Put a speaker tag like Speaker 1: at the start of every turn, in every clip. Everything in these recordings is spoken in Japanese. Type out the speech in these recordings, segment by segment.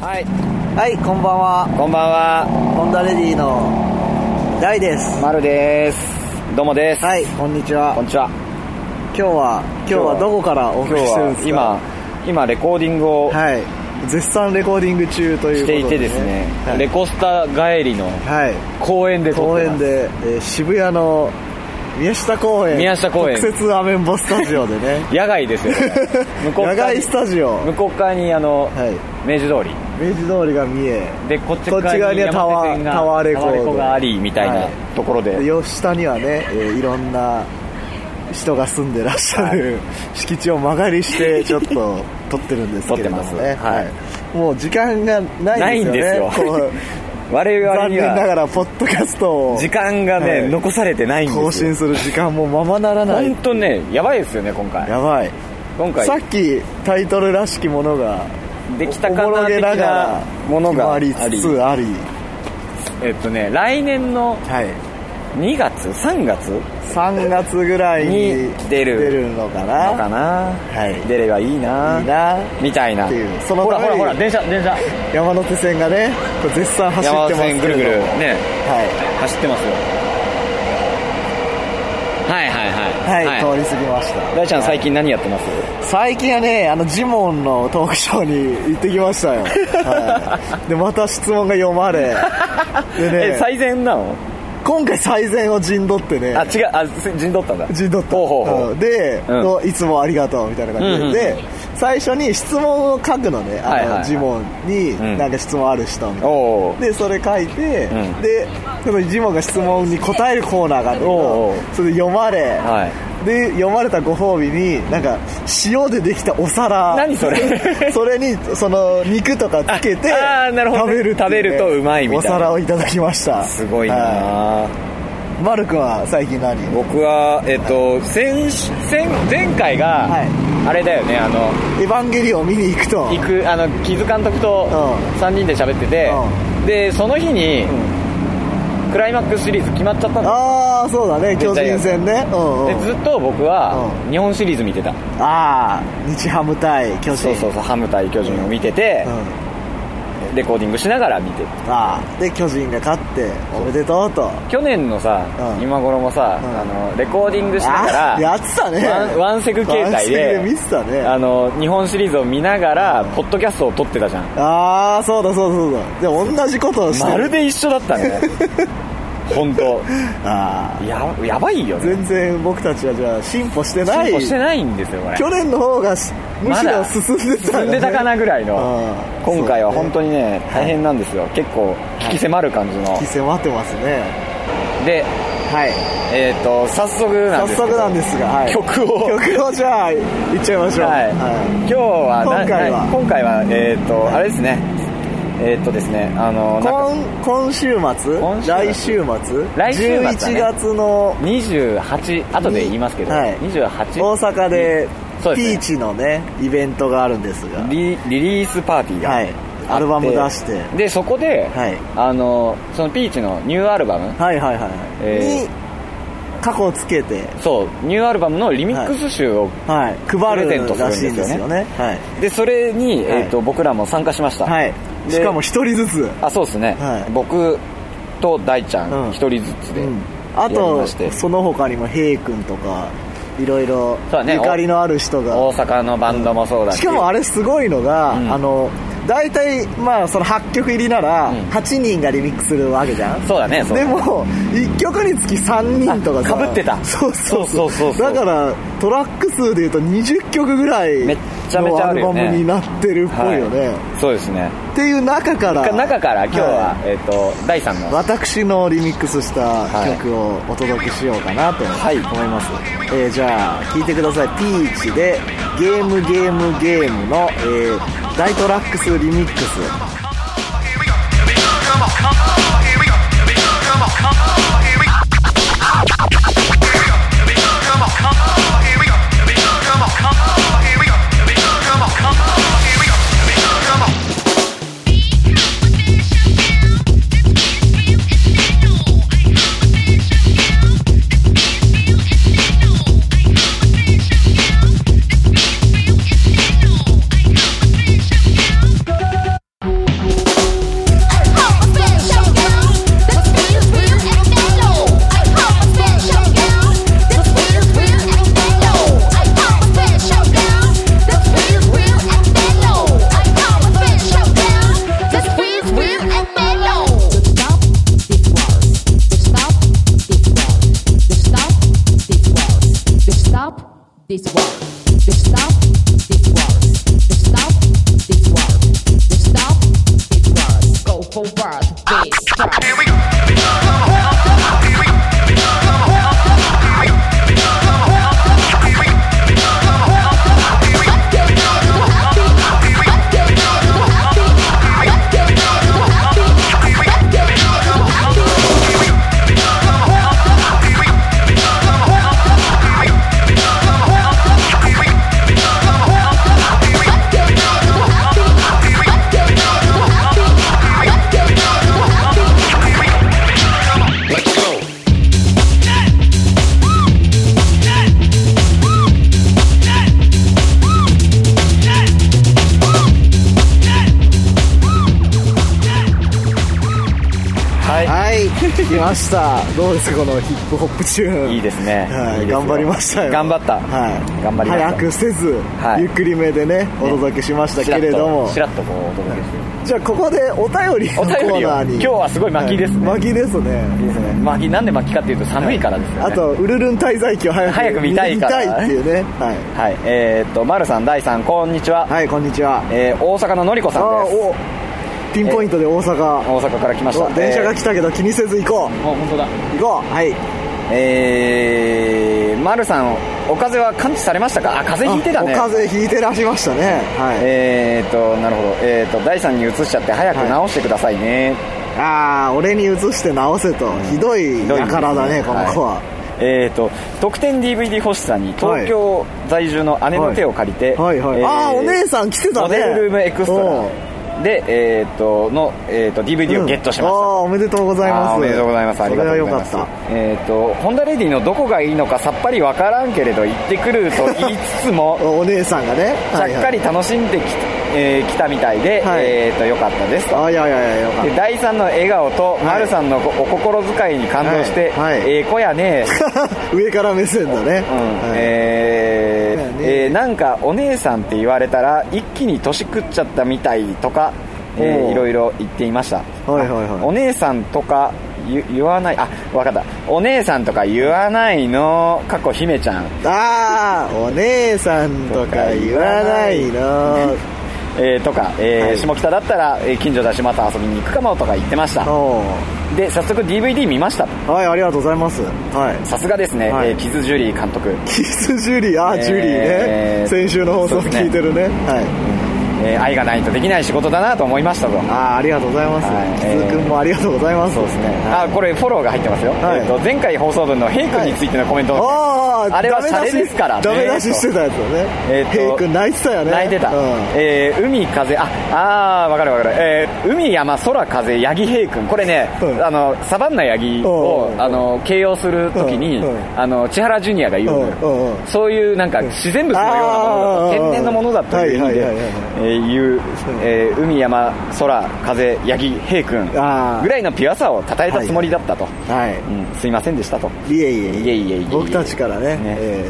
Speaker 1: はい、
Speaker 2: はい、こんばんは。
Speaker 1: こんばんは、
Speaker 2: ホンダレディの大です。
Speaker 1: まるです。どうもです。
Speaker 2: はい、こんにちは
Speaker 1: こん。にちは。
Speaker 2: 今日は、今日はどこからお
Speaker 1: 今日
Speaker 2: 送りしてるんです
Speaker 1: は
Speaker 2: か
Speaker 1: 今、今レコーディングを
Speaker 2: はい。絶賛レコーディング中ということ
Speaker 1: して
Speaker 2: で、
Speaker 1: いてですね、
Speaker 2: はい、
Speaker 1: レコスタ帰りの
Speaker 2: はい
Speaker 1: 公園で撮っ
Speaker 2: 公
Speaker 1: てま
Speaker 2: 園
Speaker 1: す。
Speaker 2: で、えー渋谷の宮下公園。
Speaker 1: 宮下公園
Speaker 2: 特設アメンボスタジオでね。
Speaker 1: 野外で すよ、これ向こう
Speaker 2: 野
Speaker 1: 側
Speaker 2: 外
Speaker 1: に
Speaker 2: ス、タジオ。
Speaker 1: 向こう側にあの、
Speaker 2: はい。
Speaker 1: 明治通り。
Speaker 2: 明治通りが見え、
Speaker 1: で、こっち
Speaker 2: こっち側
Speaker 1: 側
Speaker 2: に
Speaker 1: に
Speaker 2: はタワー
Speaker 1: 山手線が
Speaker 2: タワーレコード
Speaker 1: タワーレコがあり、みたいな
Speaker 2: はい
Speaker 1: ところで。
Speaker 2: でよ下にはね、えーいろんな人が住んでらっしゃる、敷地を間借り してちょっと撮ってるんですけれども
Speaker 1: 撮って
Speaker 2: ね、
Speaker 1: ますはい
Speaker 2: もう時間がないんですよね
Speaker 1: ないんですよ
Speaker 2: こう
Speaker 1: 我々
Speaker 2: 残
Speaker 1: に
Speaker 2: 念な
Speaker 1: は、
Speaker 2: がらポッドキャストを
Speaker 1: 時間がね、
Speaker 2: はい
Speaker 1: 残されてないんですよ。
Speaker 2: 更新する時間もままならない
Speaker 1: 本当ね、やばいですよね、今回。
Speaker 2: やばい、
Speaker 1: 今
Speaker 2: さ
Speaker 1: 回
Speaker 2: っ、きタイトルらしきものが
Speaker 1: できた
Speaker 2: お
Speaker 1: か
Speaker 2: ぼろ
Speaker 1: な
Speaker 2: げ
Speaker 1: 的
Speaker 2: な
Speaker 1: な
Speaker 2: が
Speaker 1: もの
Speaker 2: ら
Speaker 1: が
Speaker 2: あ
Speaker 1: あ
Speaker 2: り
Speaker 1: り、
Speaker 2: つつあり
Speaker 1: えっとね、来年の
Speaker 2: はい、
Speaker 1: 2月 ?3 月の
Speaker 2: 3月ぐらいに
Speaker 1: に出る
Speaker 2: のかな
Speaker 1: かな、
Speaker 2: はい
Speaker 1: 出ればいいない
Speaker 2: いな
Speaker 1: みたいな
Speaker 2: っていうその
Speaker 1: ほら
Speaker 2: ため
Speaker 1: ほ
Speaker 2: に
Speaker 1: らほら電車電車
Speaker 2: 山手線がねこれ絶賛走ってますけれど
Speaker 1: ぐるぐるね
Speaker 2: は
Speaker 1: 走ってますよはいはいはい
Speaker 2: い、はい通り過ぎました
Speaker 1: 大ちゃん最近何やってます
Speaker 2: 最近はねあのジモンのトークショーに行ってきました よ、はい、でまた質問が読まれで
Speaker 1: え
Speaker 2: ね
Speaker 1: 最善なの
Speaker 2: 今回最善を陣取ってね
Speaker 1: あ違うあす陣取ったんだ
Speaker 2: 陣取った
Speaker 1: ほうほうほう
Speaker 2: うんで、
Speaker 1: うん
Speaker 2: こういつもありがとうみたいな感じで,、
Speaker 1: うんうん
Speaker 2: で最初に質問を書くのねあの、
Speaker 1: はいはいはい
Speaker 2: ジモンに
Speaker 1: ん
Speaker 2: なんか質問ある人みたいな、
Speaker 1: おお
Speaker 2: でそれ書いて、
Speaker 1: うん
Speaker 2: でそのジモンが質問に答えるコーナーがあるんだけ
Speaker 1: おうお
Speaker 2: ど
Speaker 1: う
Speaker 2: それで読まれ、
Speaker 1: はい
Speaker 2: で読まれたご褒美になんか塩でできたお皿
Speaker 1: 何それ
Speaker 2: それにその肉とかつけて
Speaker 1: ああーなるほど
Speaker 2: 食べるっていうね
Speaker 1: 食べるとうまいみたいな
Speaker 2: お皿をいただきました
Speaker 1: すごいな、
Speaker 2: はマル君は最近何
Speaker 1: 僕はえっと先し先前回が、
Speaker 2: はい
Speaker 1: あれだよねあの
Speaker 2: エヴァンゲリオン見に行くと
Speaker 1: 行くあの木津監督と
Speaker 2: うん
Speaker 1: 3人で喋ってて、でその日に、クライマックスシリーズ決まっちゃったの
Speaker 2: ああそうだね巨人戦ねうんう
Speaker 1: で
Speaker 2: ん
Speaker 1: ずっと僕は日本シリーズ見てた、
Speaker 2: ああ日ハム対巨人
Speaker 1: そうそうそうハム対巨人を見てて
Speaker 2: う、ん
Speaker 1: レコーディングしながら見てる
Speaker 2: ああで巨人が勝っておめでとうと
Speaker 1: 去年のさ、
Speaker 2: うん
Speaker 1: 今頃もさ、
Speaker 2: うん
Speaker 1: あのレコーディングしなが
Speaker 2: あ
Speaker 1: ら
Speaker 2: やってたね
Speaker 1: ワンワンセグ携
Speaker 2: ワン
Speaker 1: 帯
Speaker 2: セグ
Speaker 1: で
Speaker 2: で見てたね
Speaker 1: あの日本シリーズを見ながら、ポッドキャストを撮ってたじゃん
Speaker 2: ああそうだそうだそうだで同じことをしてる
Speaker 1: まるで一緒だっ たね本当
Speaker 2: あ
Speaker 1: ややばいよ
Speaker 2: あ
Speaker 1: ね
Speaker 2: 全然僕たちはじゃあ進歩してない
Speaker 1: 進歩してないんですよこれ
Speaker 2: 去年の方がしむしろ
Speaker 1: まだ
Speaker 2: 進んでたよね
Speaker 1: 進んでたかなぐらいの
Speaker 2: うん
Speaker 1: 今回は本当
Speaker 2: に
Speaker 1: にね大変なんですよ結構聞き迫る感じの
Speaker 2: 気迫ってますね
Speaker 1: で
Speaker 2: はい
Speaker 1: えっと早速な
Speaker 2: 早
Speaker 1: んですけど
Speaker 2: 速なんですが、はい、
Speaker 1: 曲を
Speaker 2: 曲をじゃあいっちゃいましょう
Speaker 1: はい今日はな
Speaker 2: 今回は
Speaker 1: な今回はえっとあれですねえっとですねあのなんか
Speaker 2: 今今週末
Speaker 1: 今週末
Speaker 2: 来週末
Speaker 1: 来週末だね
Speaker 2: 11月の
Speaker 1: 28後で言いますけど
Speaker 2: はい大
Speaker 1: 28
Speaker 2: 阪で
Speaker 1: そうです
Speaker 2: ピ
Speaker 1: ね
Speaker 2: ーチのねイベントがあるんですが
Speaker 1: リリリースパーティーが
Speaker 2: はいアルバム出して
Speaker 1: ででそこで
Speaker 2: はい
Speaker 1: あのそのピーチのニューアルバム
Speaker 2: はいはいはい、
Speaker 1: えー
Speaker 2: に過去をつけて、
Speaker 1: そうニューアルバムのリミックス集を
Speaker 2: はい、配る
Speaker 1: プレゼントする
Speaker 2: ら
Speaker 1: んです
Speaker 2: しい
Speaker 1: よ
Speaker 2: ん
Speaker 1: ね
Speaker 2: ですよねはい、
Speaker 1: でそれに、えー、と僕らも参加しました、
Speaker 2: はい、
Speaker 1: で
Speaker 2: しかも一人ずつ、
Speaker 1: あそうですね、
Speaker 2: はい
Speaker 1: 僕と大ちゃ
Speaker 2: うん
Speaker 1: ん一人ずつで
Speaker 2: う
Speaker 1: やり
Speaker 2: ん、あと
Speaker 1: まして、
Speaker 2: その他にも平君とかいろいろ
Speaker 1: そうだね
Speaker 2: ゆかりのある人が
Speaker 1: 大阪のバンドもそうだし、
Speaker 2: しかもあれすごいのが、
Speaker 1: うん
Speaker 2: あの大体まあその8曲入りなら
Speaker 1: うん
Speaker 2: 8人がリミックスするわけじゃん、
Speaker 1: そうだねそう
Speaker 2: でも1曲につき3人とかさ
Speaker 1: あ被ってた
Speaker 2: そうそうそう
Speaker 1: そうそうそうそう
Speaker 2: だからトラック数でいうと20曲ぐらい
Speaker 1: めっちゃめち
Speaker 2: の
Speaker 1: ゃ
Speaker 2: ア
Speaker 1: ある
Speaker 2: ルバ
Speaker 1: よね
Speaker 2: ムになってるっぽいよね、
Speaker 1: はいそうですね
Speaker 2: っていう中から
Speaker 1: 中から今日は、
Speaker 2: い
Speaker 1: えっ、と大さんの
Speaker 2: 私のリミックスした曲をお届けしようかなと思います、えーじゃあ聴いてください「ピーチで「ゲームゲームゲームの」えー大トラックスリミックス
Speaker 3: Come on, come on, here we go. Come on, come on, here we go. Here we go. Come on, come on, here we go. Come on, come on.
Speaker 4: this war. They stop this war. They stop this war. They stop this war. Go forward this war.
Speaker 3: Here we go. Here we go. Come on. Here we go. Here we go. Come on. Here we go. Here we go. Come on. Here we go. Here we go. Come on. Here we go.
Speaker 4: Get to the happy. Get to the happy. Get to the happy. Get to the happy.
Speaker 1: は
Speaker 2: はい来ましたどうですかこのヒップホップチューン
Speaker 1: いいいですね
Speaker 2: はい
Speaker 1: いですよ
Speaker 2: 頑張りましたよ
Speaker 1: 頑張った
Speaker 2: はい、
Speaker 1: 頑張りました
Speaker 2: 早くせず、
Speaker 1: はい
Speaker 2: ゆっくりめでねお届けしましたけれども
Speaker 1: しらっとしらっとこうお届けして
Speaker 2: じゃあここでお便りの
Speaker 1: お
Speaker 2: コ
Speaker 1: 便
Speaker 2: ー
Speaker 1: りを
Speaker 2: ナーに
Speaker 1: 今日はすごい巻きですね
Speaker 2: 巻きですね
Speaker 1: いいですね巻きなんで巻きかっていうと寒いからですよね
Speaker 2: あとウルルン滞在記を早く
Speaker 1: 早く見たいから
Speaker 2: 見たいっていうねは
Speaker 1: はいえーっと丸さん第3こんにちは、
Speaker 2: い、はい、こんにちは
Speaker 1: えー大阪ののりこさん
Speaker 2: あー
Speaker 1: です
Speaker 2: おピンポイントで大阪
Speaker 1: 大阪から来ました
Speaker 2: お電車が来たけど気にせず行こ
Speaker 1: えーあ本当だ
Speaker 2: う行こうはい
Speaker 1: えー、丸さんお風邪は感知されましたかあ風邪ひいてたね
Speaker 2: あお風邪ひいてらしましたねはい
Speaker 1: えーっとなるほどえーっと第3に移しちゃって早く直してくださいね、
Speaker 2: ああ俺に移して直せとひどい
Speaker 1: ひどい
Speaker 2: 輩だねこの子は、
Speaker 1: いえー、と特典 DVD 欲しさんに東京在住の姉の手を借りて、
Speaker 2: はいはいはいあーお姉さん来てたね
Speaker 1: モデルルームエクス
Speaker 2: お
Speaker 1: トラで、えー、との、えー、と DVD をゲットしまし
Speaker 2: う
Speaker 1: た、
Speaker 2: んあーおめでとうございます
Speaker 1: あーおめでとうございますありがとうございます
Speaker 2: それはよかっ
Speaker 1: えー、とホンダレディのどこがいいのかさっぱりわからんけれど行ってくると言いつつ も
Speaker 2: たおお姉さんがね
Speaker 1: ちゃっかり楽しんでき,、えー来たみたいで、
Speaker 2: はい
Speaker 1: えー、とよかったですと
Speaker 2: はいはい、あいやいやいやよかっ
Speaker 1: で第3の笑顔と
Speaker 2: い
Speaker 1: 丸さんのお心遣いに感動して、
Speaker 2: はいはい
Speaker 1: ええ子やね
Speaker 2: た上から目線だね、
Speaker 1: うん
Speaker 2: はい
Speaker 1: え
Speaker 2: だよ
Speaker 1: ー
Speaker 2: ね
Speaker 1: えーなんかお姉さんって言われたら一気に年食っちゃったみたいとか、え
Speaker 2: お
Speaker 1: ー
Speaker 2: う
Speaker 1: いろいろ言っていました、
Speaker 2: はいはいはい
Speaker 1: お姉さんとか言言わないあわかったお姉さんとか言わないの過去姫ちゃん、
Speaker 2: ああお姉さんとか言わない の
Speaker 1: えーとか、えー
Speaker 2: はい
Speaker 1: 下北だったらえー近所だしまた遊びに行くかもとか言ってました
Speaker 2: お
Speaker 1: で早速 DVD 見ました
Speaker 2: ーはいありがとうございますはい
Speaker 1: さすがですね、
Speaker 2: はい
Speaker 1: えーキズ・ジュリー監督
Speaker 2: キスジュリーあージュリーね、
Speaker 1: えー
Speaker 2: 先週の放送
Speaker 1: そうですね
Speaker 2: 聞いてるねはい
Speaker 1: えー愛がないとできない仕事だなと思いましたと。
Speaker 2: ああありがとうございます、
Speaker 1: はい
Speaker 2: キス君もありがとうございます
Speaker 1: そうですね。
Speaker 2: あ
Speaker 1: あ、これフォローが入ってますよ。
Speaker 2: はい
Speaker 1: えっと、前回放送分のヘイ君についてのコメント。
Speaker 2: あー
Speaker 1: あれはシャ
Speaker 2: ダメ
Speaker 1: レ
Speaker 2: 出し
Speaker 1: ですからね。
Speaker 2: ダメ出ししてたやつだね
Speaker 1: えーと
Speaker 2: ヘイ君泣いてたよね
Speaker 1: 泣いてた。
Speaker 2: うん
Speaker 1: えー海風、あ、あーわかるわかる。えー海山空風八木平君。これね、
Speaker 2: うん
Speaker 1: あの、サバンナ八木
Speaker 2: う
Speaker 1: を
Speaker 2: ん、うん
Speaker 1: あの、形容するときに、
Speaker 2: うんうん
Speaker 1: あの、千原ジュニアが言うのよ
Speaker 2: うんうんうん
Speaker 1: そういうなんか自然物のようなものだ
Speaker 2: あ
Speaker 1: と、
Speaker 2: ー
Speaker 1: 天然のものだという意味で、
Speaker 2: はいはいはいはい
Speaker 1: えー言う、えー海山空風八木平君
Speaker 2: あー
Speaker 1: ぐらいのピュアさを称えたつもりだったと。
Speaker 2: は
Speaker 1: うん、すいませんでしたと。
Speaker 2: いいえいえ
Speaker 1: いえいえいえ
Speaker 2: 僕たちからね
Speaker 1: ね
Speaker 2: え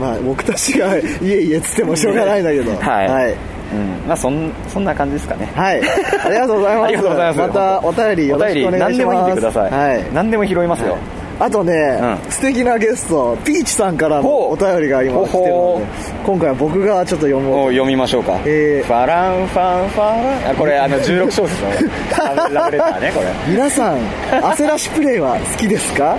Speaker 2: ーまあ僕たちが いえいえっつってもしょうがないんだけど
Speaker 1: はい。
Speaker 2: はい
Speaker 1: うん、まあそん、そんな感じですかね。
Speaker 2: はい。ありがとうございます。
Speaker 1: ありがとうございます。
Speaker 2: たお便りよろしくお願いします。
Speaker 1: お便り何でも言ってください。
Speaker 2: はい。
Speaker 1: 何でも拾いますよ。
Speaker 2: あとね、
Speaker 1: うん
Speaker 2: 素敵なゲスト、ピーチさんからの
Speaker 1: ほう
Speaker 2: お便りが今来てる
Speaker 1: ほ
Speaker 2: ので、今回は僕がちょっと読も
Speaker 1: もう
Speaker 2: う。
Speaker 1: 読みましょうか。
Speaker 2: えー
Speaker 1: ファランファンファラン。あ、これあの16小節のね ラブラブレターね、これ。
Speaker 2: 皆さん、汗らしプレイは好きですか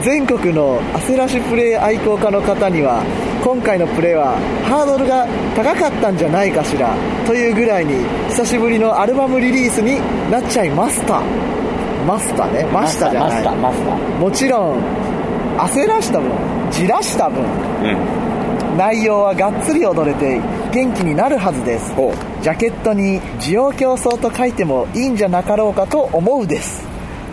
Speaker 2: 全国の汗らしプレイ愛好家の方には、今回のプレイはハードルが高かったんじゃないかしらというぐらいに、久しぶりのアルバムリリースになっちゃいました。マスタね。マスタじゃない。
Speaker 1: マスタ、マスタ。
Speaker 2: もちろん焦らした分じらした分
Speaker 1: うん。
Speaker 2: 内容はがっつり踊れて元気になるはずです
Speaker 1: ほう
Speaker 2: ジャケットに「需要競争」と書いてもいいんじゃなかろうかと思うです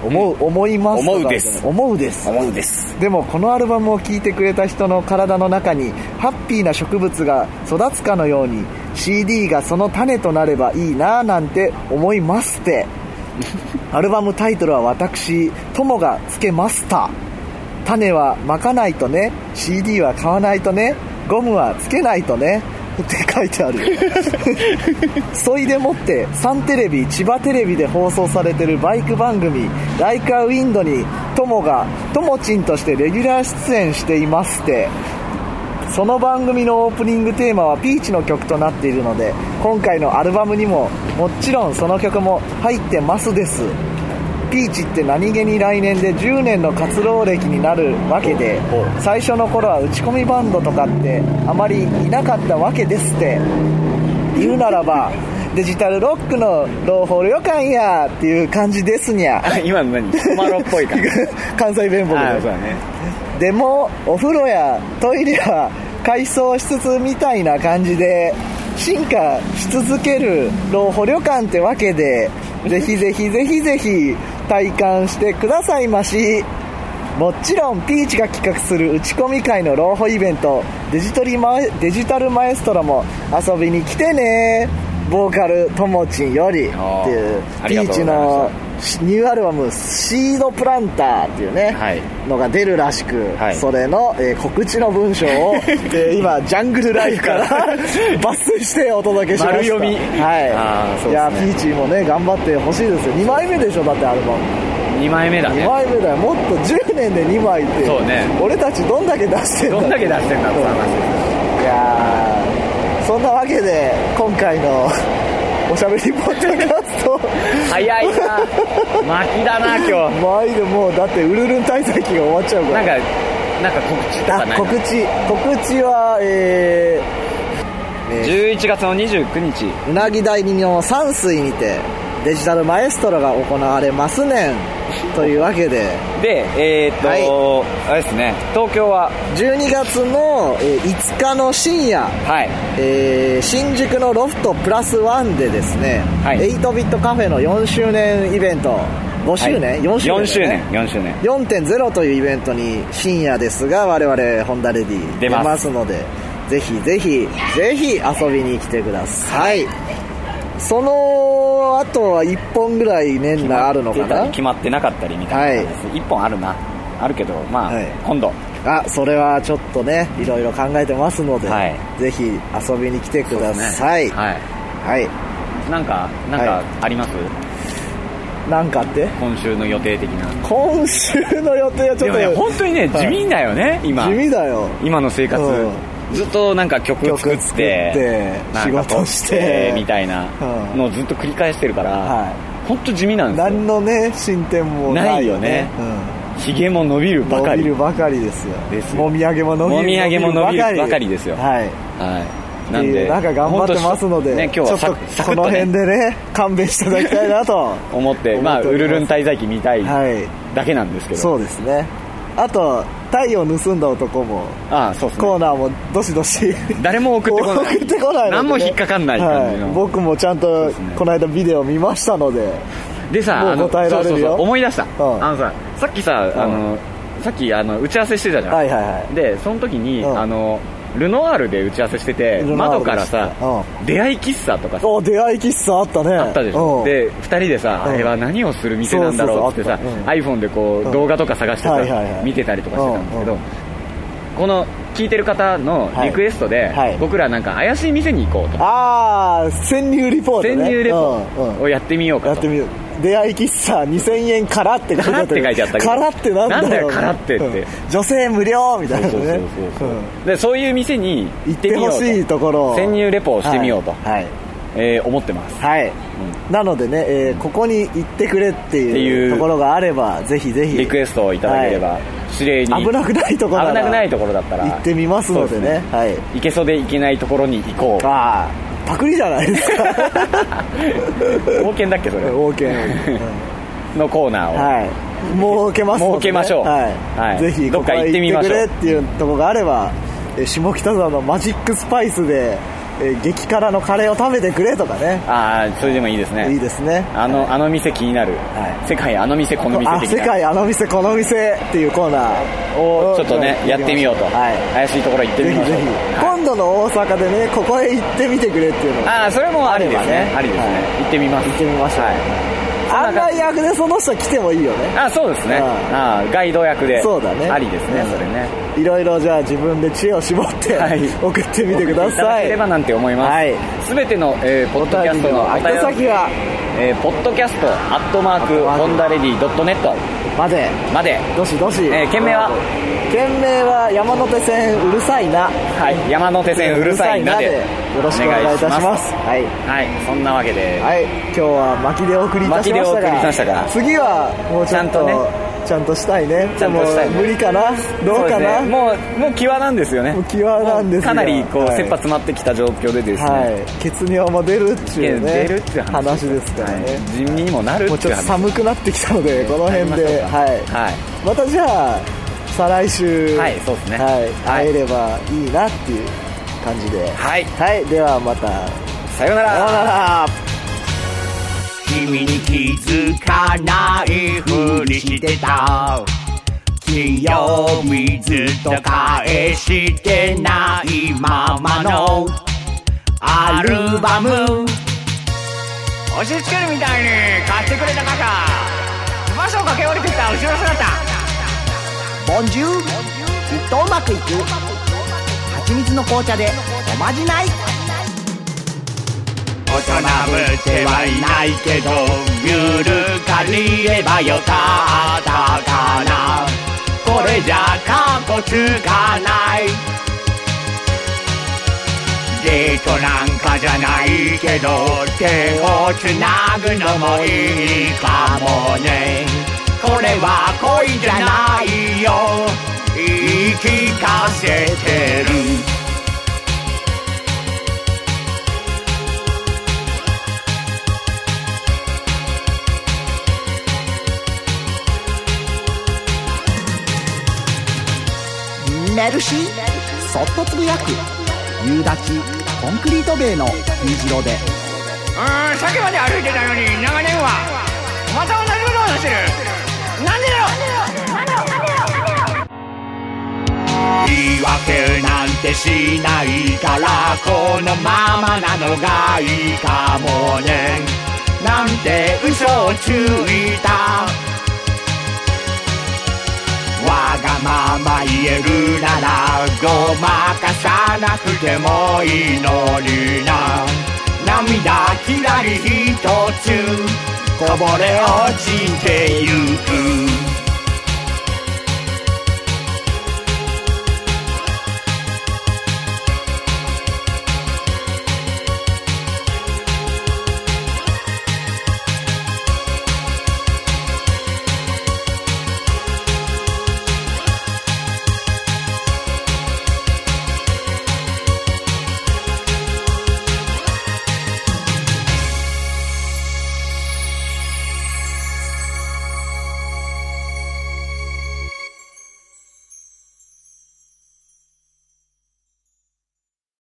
Speaker 2: 思う思います
Speaker 1: 思うです
Speaker 2: 思うです
Speaker 1: 思うです。
Speaker 2: でもこのアルバムを聴いてくれた人の体の中にハッピーな植物が育つかのように CD がその種となればいいなぁなんて思いますって アルバムタイトルは私友がつけました種はまかないとね CD は買わないとねゴムはつけないとねって書いてあるそいでもってサンテレビ千葉テレビで放送されてるバイク番組「ライカーウィンド」に友がともちんとしてレギュラー出演していますってその番組のオープニングテーマはピーチの曲となっているので今回のアルバムにももちろんその曲も入ってますですピーチって何気に来年で10年の活動歴になるわけで
Speaker 1: おう
Speaker 2: 最初の頃は打ち込みバンドとかってあまりいなかったわけですって言うならばデジタルロックの朗報旅館やっていう感じですにゃ
Speaker 1: あ今の何トマロっ ぽい感じ
Speaker 2: 関西弁僕
Speaker 1: あ
Speaker 2: で
Speaker 1: あそうだね
Speaker 2: でもお風呂やトイレや改装しつつみたいな感じで進化し続ける老保旅館ってわけでぜひぜひぜひぜひ体感してくださいましもちろんピーチが企画する打ち込み会の老保イベントデジトリマデジタルマエストロも遊びに来てねボーカルともちんよりって
Speaker 1: あー
Speaker 2: いう
Speaker 1: あり
Speaker 2: ピ
Speaker 1: が
Speaker 2: ー
Speaker 1: とう
Speaker 2: チ
Speaker 1: ございました
Speaker 2: のニューアルバム「シードプランター」っていうね、
Speaker 1: はい
Speaker 2: のが出るらしく、
Speaker 1: はい
Speaker 2: それの、えー告知の文章 を、えー今ジャングルライフから抜粋してお届けしました
Speaker 1: 丸読み
Speaker 2: はい
Speaker 1: あーそ
Speaker 2: い
Speaker 1: うです
Speaker 2: やピ
Speaker 1: ね
Speaker 2: ーチーもね頑張ってほしいですよ2枚目でしょだってアルバム
Speaker 1: 2枚目だ
Speaker 2: 2
Speaker 1: ね
Speaker 2: 枚目だよもっと10年で2枚って
Speaker 1: そうね
Speaker 2: 俺たちどんだけ出してんだ
Speaker 1: どんだけ出してんだって話
Speaker 2: いやーそんなわけで今回のおしゃべりポッドキャスト
Speaker 1: 早いな巻きだな今日
Speaker 2: 前でもうだってウルルン滞在期が終わっちゃうから
Speaker 1: なんかなんか告知とか
Speaker 2: あ
Speaker 1: ない
Speaker 2: 告知告知はえーえ
Speaker 1: 11月の29日
Speaker 2: ーうなぎ第二の山水にてデジタルマエストロが行われますねんというわけで
Speaker 1: でえー、っと、あれですね東京は
Speaker 2: 12月の、えー5日の深夜
Speaker 1: はい
Speaker 2: えー新宿のロフトプラスワンでですね、
Speaker 1: はい
Speaker 2: 8ビットカフェの4周年イベント5周
Speaker 1: はい
Speaker 2: 年、4周年、
Speaker 1: 4周年4周年
Speaker 2: 4.0というイベントに深夜ですが我々ホンダレディ出
Speaker 1: 出ます
Speaker 2: ますのでぜひぜひぜひ遊びに来てください、その後は1本ぐらい年内あるのかな
Speaker 1: 決まってなかったりみたいな感じです、1本あるなあるけどまあ、
Speaker 2: はい
Speaker 1: 今度
Speaker 2: あそれはちょっとねいろいろ考えてますので、
Speaker 1: はい
Speaker 2: ぜひ遊びに来てください、
Speaker 1: はい
Speaker 2: はい
Speaker 1: なんかなんかあります、
Speaker 2: なんかあって
Speaker 1: 今週の予定的な
Speaker 2: 今週の予定はち
Speaker 1: で
Speaker 2: ょっ
Speaker 1: も
Speaker 2: と、
Speaker 1: ね本当に
Speaker 2: は
Speaker 1: ね、
Speaker 2: い
Speaker 1: 地味だよね今
Speaker 2: 地味だよ
Speaker 1: 今の生活、
Speaker 2: う
Speaker 1: ずっとなんか曲作って
Speaker 2: 曲作って
Speaker 1: なんか
Speaker 2: 仕事して
Speaker 1: 撮っみたいな
Speaker 2: うん
Speaker 1: のをずっと繰り返してるから、
Speaker 2: は
Speaker 1: 本当地味なんです
Speaker 2: 何
Speaker 1: よ
Speaker 2: のね進展もないよね
Speaker 1: ないひげも伸びる
Speaker 2: うん、
Speaker 1: ばか
Speaker 2: 伸び
Speaker 1: り
Speaker 2: るばかりですよ
Speaker 1: ですよ
Speaker 2: もみあげも伸びる
Speaker 1: もみあげも伸びるばかりですよ
Speaker 2: はい
Speaker 1: はい
Speaker 2: な
Speaker 1: なん
Speaker 2: ん
Speaker 1: で
Speaker 2: なんか頑張ってますので、
Speaker 1: ね、今日は
Speaker 2: ち
Speaker 1: サ
Speaker 2: ょっ
Speaker 1: ク
Speaker 2: と
Speaker 1: サク
Speaker 2: こ
Speaker 1: ッと
Speaker 2: の
Speaker 1: ね
Speaker 2: 辺でね勘弁していただきたい なと
Speaker 1: 思ってまあ
Speaker 2: 思
Speaker 1: ウ
Speaker 2: っており
Speaker 1: ル
Speaker 2: ます
Speaker 1: ルン滞在期見たい
Speaker 2: はい
Speaker 1: だけなんですけど、
Speaker 2: そうですねあと「太陽盗んだ男」も
Speaker 1: ああそうですね
Speaker 2: コーナーもどしどし
Speaker 1: 誰も送ってこない
Speaker 2: 送ってこないのでね
Speaker 1: 何も引っかかんない感じの
Speaker 2: は僕もちゃんと
Speaker 1: ですね
Speaker 2: この間ビデオ見ましたので
Speaker 1: で
Speaker 2: も
Speaker 1: さ
Speaker 2: う
Speaker 1: あの
Speaker 2: 答えられるよ
Speaker 1: そうそうそう思い出した、
Speaker 2: うん
Speaker 1: あのささっきさ、あのさっきあの打ち合わせしてたじゃん、
Speaker 2: はいはいはい
Speaker 1: でその時に、
Speaker 2: うん
Speaker 1: あのルノワールで打ち合わせしてて
Speaker 2: ルノワー
Speaker 1: 窓
Speaker 2: ルで
Speaker 1: からさ、出会い喫茶とかさ
Speaker 2: お出会い喫茶あったね
Speaker 1: あったでしょ、
Speaker 2: うん
Speaker 1: で2人でさ、
Speaker 2: うん
Speaker 1: あれは何をする店なんだろうってさ、
Speaker 2: そうそうそうあった
Speaker 1: iPhone でこう、
Speaker 2: うん
Speaker 1: 動画とか探してさ、
Speaker 2: はいはいはい
Speaker 1: 見てたりとかしてたんですけど、
Speaker 2: うんう
Speaker 1: この聞いてる方のリクエスト
Speaker 2: は
Speaker 1: で、
Speaker 2: いはい
Speaker 1: 僕らなんか怪しい店に行こうと、
Speaker 2: ああ潜入リポートね
Speaker 1: 潜入レポ
Speaker 2: うんうん
Speaker 1: をやってみようか
Speaker 2: やっ
Speaker 1: と、
Speaker 2: てみる出会い喫茶2000円からって書いてあ
Speaker 1: から
Speaker 2: っ
Speaker 1: ったて書いてあったけど
Speaker 2: からってなんだろう
Speaker 1: なんだよからってって
Speaker 2: うん女性無料みたいなね
Speaker 1: そうそうそうそう、でそういう店に
Speaker 2: うん行っ
Speaker 1: 行って
Speaker 2: て
Speaker 1: みよう
Speaker 2: ほ
Speaker 1: と
Speaker 2: しいところを
Speaker 1: 潜入レポをしてみようと、
Speaker 2: はいはい
Speaker 1: えー思ってます
Speaker 2: はいなのでね、えーここに行ってくれって
Speaker 1: って
Speaker 2: い
Speaker 1: いう
Speaker 2: うところがあればぜひぜひ
Speaker 1: リクエストをいただければ、
Speaker 2: は
Speaker 1: 指令に
Speaker 2: 危なくないところなら
Speaker 1: 危なくないところだったら
Speaker 2: 行ってみますのでね
Speaker 1: そう
Speaker 2: はい
Speaker 1: 行けそうで行けないところに行こう
Speaker 2: ああパクリじゃないですか
Speaker 1: 冒険だっけそれ
Speaker 2: 冒 険、うん
Speaker 1: のコーナーを、
Speaker 2: はい、儲けますので
Speaker 1: 儲けましょう
Speaker 2: はい
Speaker 1: はい
Speaker 2: ぜひ
Speaker 1: どっか
Speaker 2: ここへ
Speaker 1: 行ってみましょう
Speaker 2: 行ってくれっていうとこがあればえー下北沢のマジックスパイスでえー激辛のカレーを食べてくれとかね
Speaker 1: ああそれでもいいですね
Speaker 2: いいですね
Speaker 1: あのあの店気になる、
Speaker 2: はい
Speaker 1: 世界あの店この
Speaker 2: あ
Speaker 1: 店
Speaker 2: 世
Speaker 1: 的な
Speaker 2: 界あの店この店っていうコーナーを
Speaker 1: ちょっとねやってみようと、
Speaker 2: はい
Speaker 1: 怪しいところ行って
Speaker 2: ぜ
Speaker 1: み
Speaker 2: ひ
Speaker 1: ましょう
Speaker 2: ぜひ今度の大阪でねここへ行ってみてくれっていうのを
Speaker 1: ああそれもありですね
Speaker 2: あ
Speaker 1: あり
Speaker 2: れ
Speaker 1: です
Speaker 2: ばね
Speaker 1: ね、
Speaker 2: は
Speaker 1: 行ってみます
Speaker 2: 行ってみましょう
Speaker 1: はい
Speaker 2: 案内役でその人来てもいいよね
Speaker 1: あそうですね
Speaker 2: うん
Speaker 1: あーガイド役で
Speaker 2: そうだね
Speaker 1: ありですね、
Speaker 2: うん
Speaker 1: それね
Speaker 2: いろいろじゃあ自分で知恵を絞って、
Speaker 5: はい
Speaker 2: 送ってみてくだ
Speaker 5: 送っていただ
Speaker 2: さ
Speaker 5: け
Speaker 2: い
Speaker 5: ればなんて思います。
Speaker 2: はい
Speaker 5: すべての、えーポッドキャストの
Speaker 2: お便りの宛先は
Speaker 5: えーポッドキャストアットマークホンダレディドットネット
Speaker 2: まで
Speaker 5: まで、
Speaker 2: どしどし、
Speaker 5: えー件名は
Speaker 2: 件名は山手線うるさいな
Speaker 5: はい、山手線うるさいなで
Speaker 2: よろしくお願いいたしますはい、
Speaker 5: はい、そんなわけで、
Speaker 2: はい、今日は巻きでお送りいたしました
Speaker 5: 巻きでお送り
Speaker 2: が
Speaker 5: しましたが
Speaker 2: 次はもうち
Speaker 5: ちゃ
Speaker 2: ょっと
Speaker 5: んとね
Speaker 2: ちゃんとしたいね
Speaker 5: ちゃんとしたいね
Speaker 2: でも無理かなどうか
Speaker 5: そうで
Speaker 2: な
Speaker 5: すねもうもう際なんですよね
Speaker 2: もう際なんですよ
Speaker 5: かなりこう、
Speaker 2: はい
Speaker 5: 切羽詰まってきた状況でですね、
Speaker 2: はい、血尿も出るっちゅう
Speaker 5: 出
Speaker 2: ね
Speaker 5: るっちゅう話
Speaker 2: 話ですからね、
Speaker 5: 地味にもなる
Speaker 2: もう
Speaker 5: って
Speaker 2: ち
Speaker 5: い
Speaker 2: ょ
Speaker 5: う
Speaker 2: っと
Speaker 5: 話
Speaker 2: 寒くなってきたので、この辺で、はい、
Speaker 5: はい
Speaker 2: またじゃあ、再来週、
Speaker 5: はいそうですね
Speaker 2: はい
Speaker 5: はい
Speaker 2: 会えればいいなっていう感じで、
Speaker 5: はい
Speaker 2: はい、ではまた、
Speaker 5: さような
Speaker 2: さよ
Speaker 5: ら
Speaker 2: うなら。
Speaker 1: 君に気づかないふりしてた金曜日ずっと返してないままのアルバム押し付けるみたいに買ってくれた方場所を駆け下りてきた後ろ姿
Speaker 4: ボンジュールきっとうまくいく蜂蜜の紅茶でおまじない
Speaker 1: 大人ぶってはいないけどゆるかりればよかったかなこれじゃかっこつかないデートなんかじゃないけど手をつなぐのもいいかもねこれは恋じゃないよ言い聞かせてる
Speaker 4: 寝るしそっとつぶやく夕立コンクリート塀の虹色で
Speaker 1: うーんさっきまで歩いてたのに長年はまた同じことを話してるなんでだろう言い訳なんてしないからこのままなのがいいかもねなんて嘘をついたわがまま言えるならごまかさなくてもいいのにな涙きらりひとつこぼれ落ちてゆく